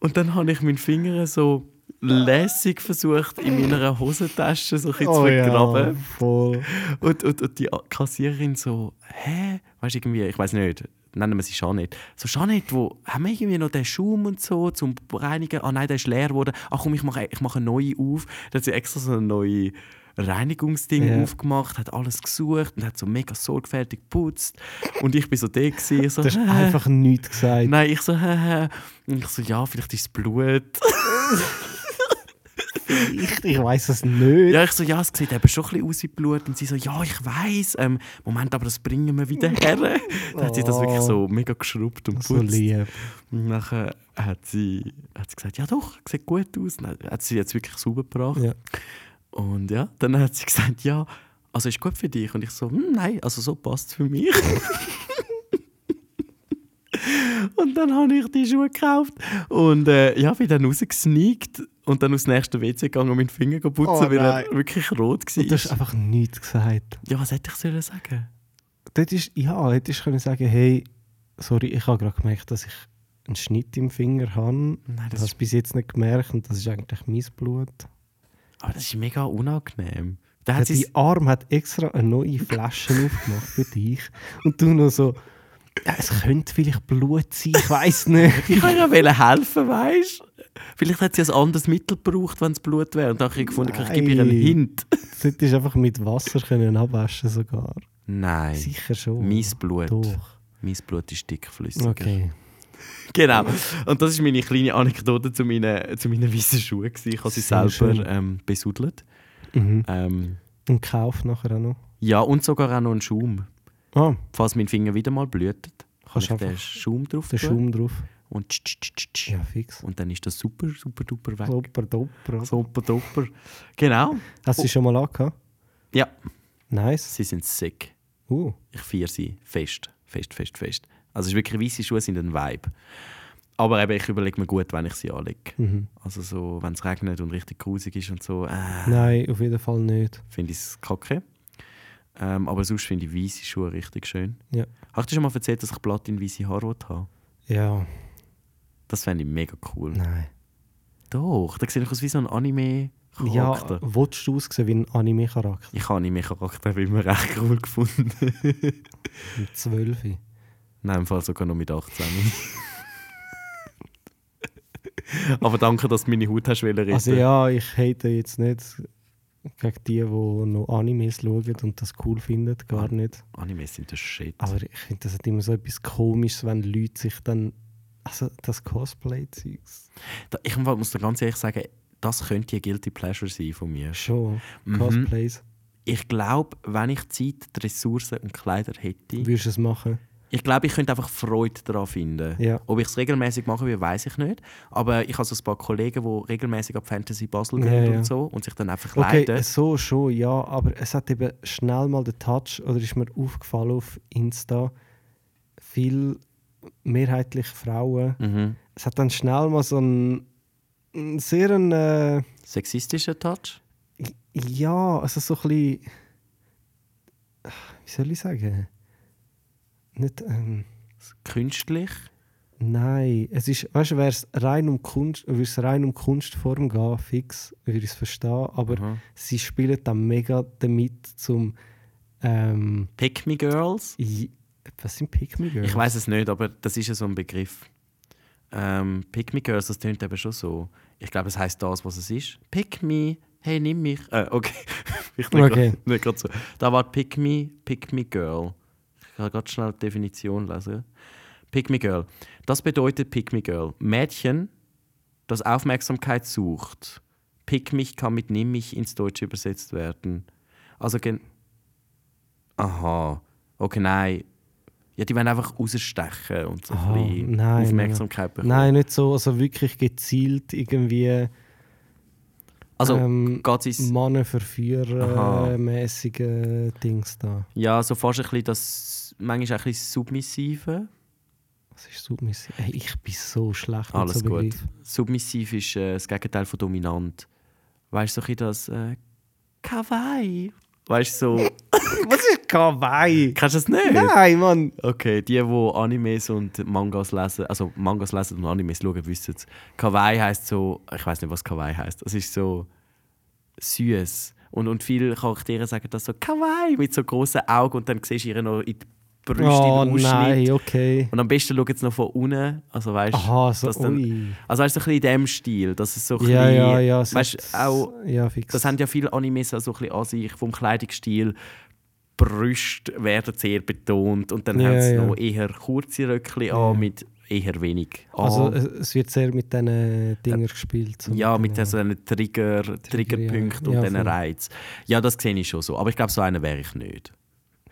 B: Und dann habe ich meinen Finger so lässig versucht, in meiner Hosentasche so ein
A: Oh
B: bisschen zu vergraben.
A: voll.
B: Und, und, und die Kassiererin so, hä? Weißt du, irgendwie, ich weiß nicht, nennen wir sie Jeanette. So, Jeanette, wo, haben wir irgendwie noch den Schaum und so zum Reinigen? Ah nein, der ist leer geworden. Ach komm, ich mache ich mache eine neue auf. Dann hat sie extra so ein neues Reinigungsding
A: Ja.
B: aufgemacht, hat alles gesucht und hat so mega sorgfältig geputzt. Und ich bin so der gewesen, ich so,
A: Du hast
B: «Hä?»
A: einfach nichts gesagt.
B: Nein, ich so, hä, hä. Und ich so, ja, vielleicht ist es Blut.
A: Ich, ich weiß es nicht.
B: Ja, ich so, ja, es sieht eben schon ein bisschen aus wie Blut. Und sie so, ja, ich weiß ähm, Moment, aber das bringen wir wieder her. Dann hat sie das wirklich so mega geschrubbt und
A: Oh. so
B: putzt.
A: lieb.
B: und nachher hat sie, hat sie gesagt, ja doch, sieht gut aus. Dann hat sie jetzt wirklich sauber gebracht.
A: Ja.
B: Und ja, dann hat sie gesagt, ja, also ist gut für dich. Und ich so, hm, nein, also so passt es für mich. und dann habe ich die Schuhe gekauft und äh, ja, bin dann rausgesneakt und dann aufs nächste WC gegangen und meinen Finger putzen,
A: Oh
B: weil
A: nein.
B: er wirklich rot
A: Du hast
B: war.
A: einfach nichts gesagt.
B: Ja, was hätte ich sollen sagen?
A: Dort ist, ja, hättest du können sagen, hey, sorry, ich habe gerade gemerkt, dass ich einen Schnitt im Finger habe.
B: Nein,
A: Das
B: das,
A: hast du bis jetzt nicht gemerkt und das ist eigentlich mein Blut.
B: aber das ist mega unangenehm. Da
A: Der
B: hat sie
A: dein Arm hat extra eine neue Flasche aufgemacht für dich. Und du noch so, ja, es könnte vielleicht Blut sein, ich weiß nicht.
B: Ich kann ja wollen helfen, weißt du? Vielleicht hat sie ein anderes Mittel gebraucht, wenn es Blut wäre. Und dann habe ich gefunden, ich gebe ihr einen
A: Nein.
B: Hint.
A: Das hättest du einfach mit Wasser können abwaschen sogar.
B: Nein.
A: Sicher schon.
B: Mein Blut.
A: Oh, Doch.
B: Mein Blut ist dickflüssig.
A: Okay.
B: genau. Und das ist meine kleine Anekdote zu meinen, zu meinen weißen Schuhen. gewesen. Ich habe sie
A: Sehr schön.
B: selber ähm, besudelt.
A: Mhm.
B: Ähm,
A: Und kauf nachher auch noch.
B: ja, und sogar auch noch einen Schaum.
A: Ah,
B: Falls mein Finger wieder mal blutet, kann
A: Kannst
B: ich den
A: einfach
B: Schaum drauf
A: der
B: tun.
A: Schaum drauf.
B: Und, tsch, tsch, tsch, tsch.
A: Ja, fix.
B: und dann ist das super, super duper weg.
A: Super, doppel.
B: Super duper. Genau.
A: Hast du sie schon mal angehabt?
B: Ja,
A: Nice.
B: sie sind sick.
A: Uh,
B: Ich feiere sie fest. Fest, fest, fest. Also es ist wirklich, weiße Schuhe sind ein Vibe. Aber eben, ich überlege mir gut, wenn ich sie anlege.
A: Mhm.
B: Also so, wenn es regnet und richtig grusig ist und so, äh,
A: nein, auf jeden Fall nicht.
B: finde ich es kacke. Ähm, aber sonst finde ich weiße Schuhe richtig schön.
A: Ja.
B: Hast du dir schon mal erzählt, dass ich platin weiße Haare will haben
A: Ja,
B: Das fände ich mega cool.
A: nein.
B: Doch, da sehe ich aus wie so ein Anime-Charakter.
A: Ja, willst du aussehen wie ein Anime-Charakter?
B: Ich habe Anime-Charakter immer recht cool gefunden.
A: Mit 12.
B: Nein, im Fall sogar noch mit 18. Aber danke, dass du meine Haut hast wollen retten.
A: Also ja, ich hate jetzt nicht gegen die, die noch Animes schauen und das cool finden, gar nicht.
B: Animes sind der Shit.
A: Aber ich finde, das hat immer so etwas Komisches, wenn Leute sich dann... Also das Cosplay-Zeugs.
B: Da, ich im Fall muss dir ganz ehrlich sagen, das könnte ein Guilty Pleasure sein von mir.
A: Schon. Cosplays.
B: Ich glaube, wenn ich Zeit, die Ressourcen und Kleider hätte,
A: Würdest du es machen?
B: ich glaube, ich könnte einfach Freude daran finden.
A: Ja.
B: Ob ich es regelmäßig machen will, weiß ich nicht. Aber ich habe so ein paar Kollegen, die regelmäßig ab Fantasy Basel
A: Ja,
B: gehen
A: ja.
B: und so und sich dann einfach
A: Okay,
B: kleiden.
A: so schon, ja, aber es hat eben schnell mal den Touch, oder ist mir aufgefallen auf Insta, viel mehrheitlich Frauen.
B: Mhm.
A: Es hat dann schnell mal so einen, einen sehr einen, äh,
B: Sexistischer Touch?
A: ja, also so ein bisschen, wie soll ich sagen? Nicht, ähm,
B: Künstlich?
A: nein, es ist, weißt du, wäre es rein um Kunst, würde es rein um Kunstform gehen, fix, würde ich es verstehen, aber
B: Aha.
A: sie spielen dann mega damit zum, ähm,
B: Pick me Girls?
A: J- Was sind Pikmin Girls?
B: Ich weiß es nicht, aber das ist ja so ein Begriff. Ähm, Pick me Girls, das tönt eben schon so. Ich glaube, es heißt das, was es ist. Pick me, hey, nimm mich. Äh, okay. ich bin
A: Okay.
B: grad- nicht gerade so. Da war Pick me, Pick me Girl. Ich kann ganz schnell die Definition lesen. Pick me Girl. Das bedeutet Pick me Girl. Mädchen, das Aufmerksamkeit sucht. Pick mich kann mit nimm mich ins Deutsche übersetzt werden. Also gen Aha. Okay, nein. Ja, die wollen einfach rausstechen und so
A: Aha,
B: ein bisschen
A: nein,
B: Aufmerksamkeit bekommen.
A: Nein, nicht so. Also wirklich gezielt irgendwie
B: also
A: ähm,
B: geht es Aha.
A: Mannenverführer-mäßige Dings da.
B: ja so fast ein bisschen das manchmal auch ein bisschen submissive.
A: Was ist submissiv? Ey, ich bin so schlecht mit
B: Alles
A: so
B: gut.
A: Begriff.
B: Submissiv ist äh, das Gegenteil von dominant. Weißt du, so ein bisschen das äh, Kawaii. Weißt du, so.
A: Was ist Kawaii?
B: Kannst du das nicht?
A: Nein, Mann.
B: Okay, die, die Animes und Mangas lesen, also Mangas lesen und Animes schauen, wissen es. Kawaii heißt so, ich weiß nicht, was Kawaii heißt. Es ist so süß. Und, und viele Charaktere sagen das so Kawaii mit so großen Augen und dann siehst du ihre noch in die Brüste
A: Oh
B: in den Ausschnitt.
A: nein, okay.
B: Und am besten schauen sie noch von unten. Also weißt
A: Aha, so,
B: dass dann,
A: ui.
B: Also weißt du, so ein bisschen in dem Stil, dass es so ein
A: Ja,
B: bisschen,
A: ja, ja. es
B: weißt,
A: ist-
B: du, auch
A: ja, fix.
B: das haben ja viele Animes auch so ein bisschen an sich, vom Kleidungsstil. Brüste werden sehr betont und dann
A: Ja,
B: haben sie
A: ja.
B: noch eher kurze Röckchen an mit eher wenig. an.
A: also es- es wird sehr mit diesen äh, Dinger gespielt. so
B: Ah. ja, mit
A: diesen-
B: so einem Trigger, Triggerpunkt und
A: genau. ja,
B: diesen
A: voll.
B: Reiz. Ja, das sehe ich schon so. Aber ich glaube, so einer wäre ich nicht.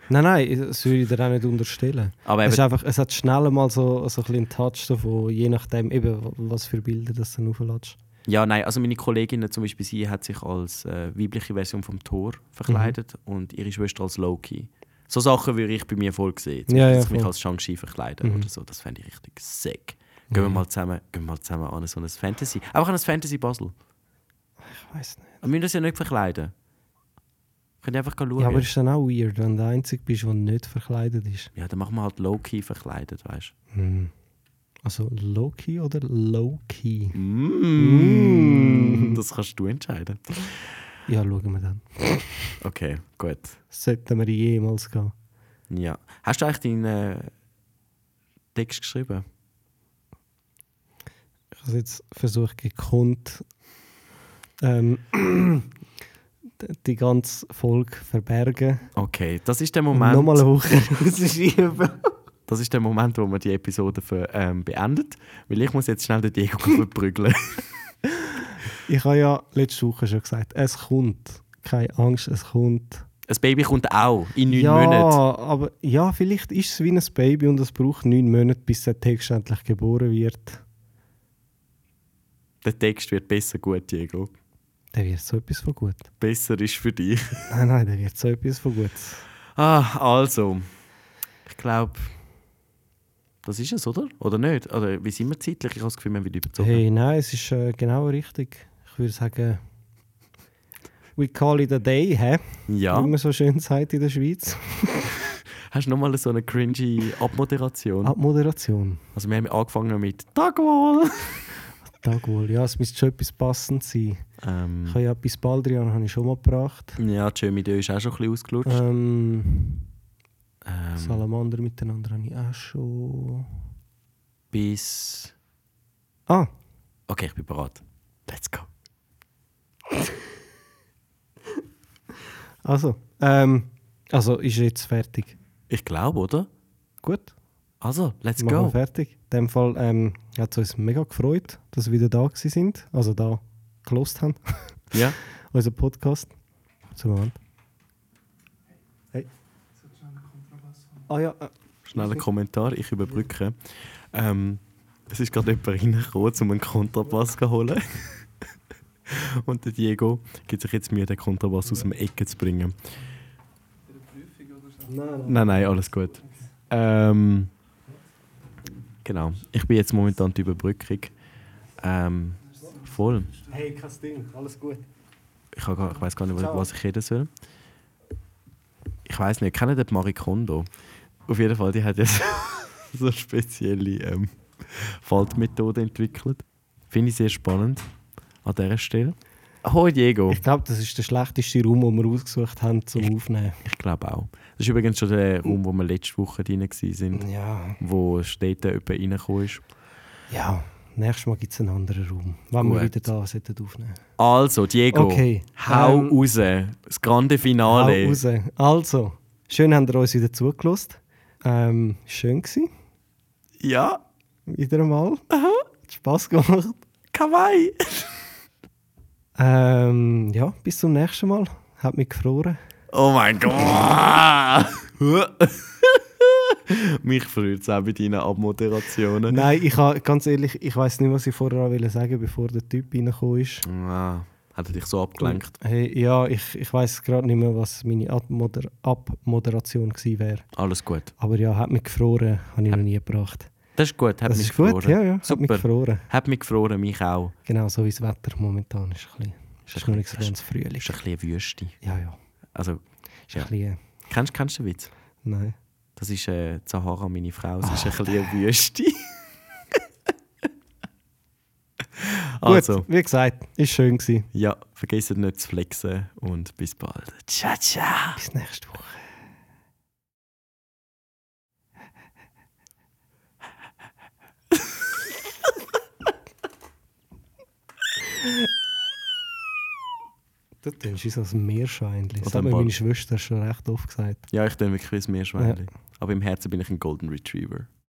A: Nein, nein, das würde ich dir auch nicht unterstellen.
B: Aber
A: es, ist
B: eben-
A: einfach, es hat schnell mal so, so ein bisschen einen Touch so von, je nachdem, eben, was für Bilder das dann hochlädst.
B: Ja, nein, also meine Kollegin zum Beispiel, sie hat sich als äh, weibliche Version vom Thor verkleidet
A: Mhm.
B: und ihre Schwester als Loki. So Sachen würde ich bei mir voll sehen. Zum
A: Ja, ja,
B: Beispiel, dass ich mich
A: voll. Mhm.
B: als Shang-Chi verkleiden oder so. Das fände ich richtig sick. Gehen wir mal zusammen, gehen wir mal zusammen an so ein Fantasy. Einfach an ein Fantasy Basel.
A: Ich weiß nicht.
B: Wir müssen uns ja nicht verkleiden. Könnt ihr einfach schauen.
A: Ja,
B: Ja,
A: aber ist dann auch weird, wenn du der Einzige bist, der nicht verkleidet ist.
B: dann machen wir halt Loki verkleidet, weißt du.
A: Also Loki oder Loki? Mm.
B: Mm. Das kannst du entscheiden.
A: Ja, schauen wir dann.
B: Okay, gut.
A: Sollten wir jemals gehen.
B: Ja. Hast du eigentlich deinen äh, Text geschrieben?
A: Ich habe jetzt versucht, gekonnt ähm, die- die ganze Folge verbergen.
B: Okay, das ist der
A: Und
B: Moment.
A: Nochmal eine Woche rausschieben.
B: Das ist der Moment, wo wir die Episode für, ähm, beendet. Weil ich muss jetzt schnell den Diego verprügeln.
A: Ich habe ja letzte Woche schon gesagt, es kommt. Keine Angst, es kommt.
B: Ein Baby kommt auch in neun
A: ja,
B: Monaten.
A: aber ja, vielleicht ist es wie ein Baby und es braucht neun Monate, bis der Text endlich geboren wird.
B: Der Text wird besser gut, Diego.
A: Dann wird so etwas von gut.
B: Besser ist für dich.
A: Nein, nein, dann wird so etwas von gut.
B: Ah, also. Ich glaube, das ist es, oder? Oder nicht? Oder wie sind wir zeitlich? Ich habe das Gefühl, wir haben wieder überzogen.
A: Hey, nein, es ist äh, genau richtig. Ich würde sagen, we call it a day, hä?
B: Ja.
A: Wie man so schön sagt in der Schweiz.
B: Hast du nochmal so eine cringy Abmoderation?
A: Abmoderation.
B: Also wir haben angefangen mit «Tag wohl!»
A: Tag wohl. Ja, es müsste schon etwas passend sein. Ich
B: ähm,
A: habe ja etwas Baldrian habe ich schon mal gebracht.
B: Ja, die Schöne Idee ist auch schon ein bisschen ausgelutscht.
A: Ähm,
B: Ähm,
A: Salamander miteinander habe ich auch schon.
B: bis...
A: Ah,
B: Okay, ich bin bereit. Let's go.
A: also. Ähm, also ist jetzt fertig.
B: Ich glaube, oder?
A: Gut,
B: Also, let's
A: machen wir
B: go.
A: fertig. In dem Fall ähm, hat es uns mega gefreut, dass wir wieder da gewesen sind. Also da gelost haben.
B: Ja.
A: Unser Podcast. Zum Moment. Hey. Ah ja, äh,
B: Schneller Kommentar, ich überbrücke. Ähm, es ist gerade jemand reingekommen, um einen Kontrabass zu holen. Und der Diego gibt sich jetzt Mühe, den Kontrabass aus dem Ecke zu bringen. Nein, nein, alles gut. Ähm, genau, ich bin jetzt momentan die Überbrückung. Ähm, voll.
A: hey, kein Ding, alles gut.
B: Ich, hab gar- ich weiß gar nicht, was ich reden soll. Ich weiß nicht, kennen die Marie Kondo? Auf jeden Fall, die hat ja so, so eine spezielle ähm, Faltmethode entwickelt. Finde ich sehr spannend an dieser Stelle. Ahoi Diego!
A: Ich glaube, das ist der schlechteste Raum, den wir ausgesucht haben zum Aufnehmen.
B: Ich glaube auch. Das ist übrigens schon der Raum, wo wir letzte Woche drin waren,
A: Ja,
B: wo steht da jemand reingekommen ist.
A: ja. Nächstes Mal gibt es einen anderen Raum, wenn
B: Gut.
A: wir wieder da sollten aufnehmen.
B: Also, Diego,
A: Okay,
B: hau
A: ähm,
B: raus! Das grande
A: Hau
B: Finale!
A: raus. Also, schön habt ihr uns wieder zugelost. Ähm, schön gsi,
B: Ja,
A: wieder einmal. Aha. Hat Spass gemacht.
B: kawaii!
A: Ähm, ja, bis zum nächsten Mal. Hat mich gefroren.
B: Oh mein Gott! Mich freut es auch bei deinen Abmoderationen.
A: Nein, ich ha, ganz ehrlich, ich weiß nicht, was ich vorher auch wollte sagen, bevor der Typ reingekommen ist.
B: Ah, hat er dich so abgelenkt?
A: Hey, ja, ich, ich weiß gerade nicht mehr, was meine Abmoder Abmoderation gewesen wäre.
B: Alles gut.
A: Aber ja, hat mich gefroren, habe ich noch nie gebracht.
B: Das ist gut, hat
A: Das
B: mich
A: ist gut,
B: gefroren.
A: ja, ja, hat mich
B: Super.
A: gefroren.
B: Hat mich gefroren, mich auch.
A: Genau so wie das Wetter momentan ist. Ein bisschen, ist noch nicht so ganz Frühling.
B: Ist ein bisschen eine Wüste.
A: Ja, ja.
B: Also,
A: Ist
B: Ja.
A: ein bisschen, äh,
B: kennst, kennst du den Witz?
A: nein.
B: Das ist äh, die Sahara, meine Frau. Es ist ein bisschen eine Wüste. also,
A: Gut, wie gesagt, ist schön gewesen.
B: ja, vergesst nicht zu flexen und bis bald. Ciao, ciao!
A: Bis nächste Woche. Du tönst uns als Meerschweinchen. Das
B: Oder
A: hat mir
B: ein
A: meine
B: Bad-
A: Schwester schon recht oft gesagt.
B: Ja, ich bin wirklich ein Meerschweinchen. Aber im Herzen bin ich ein Golden Retriever.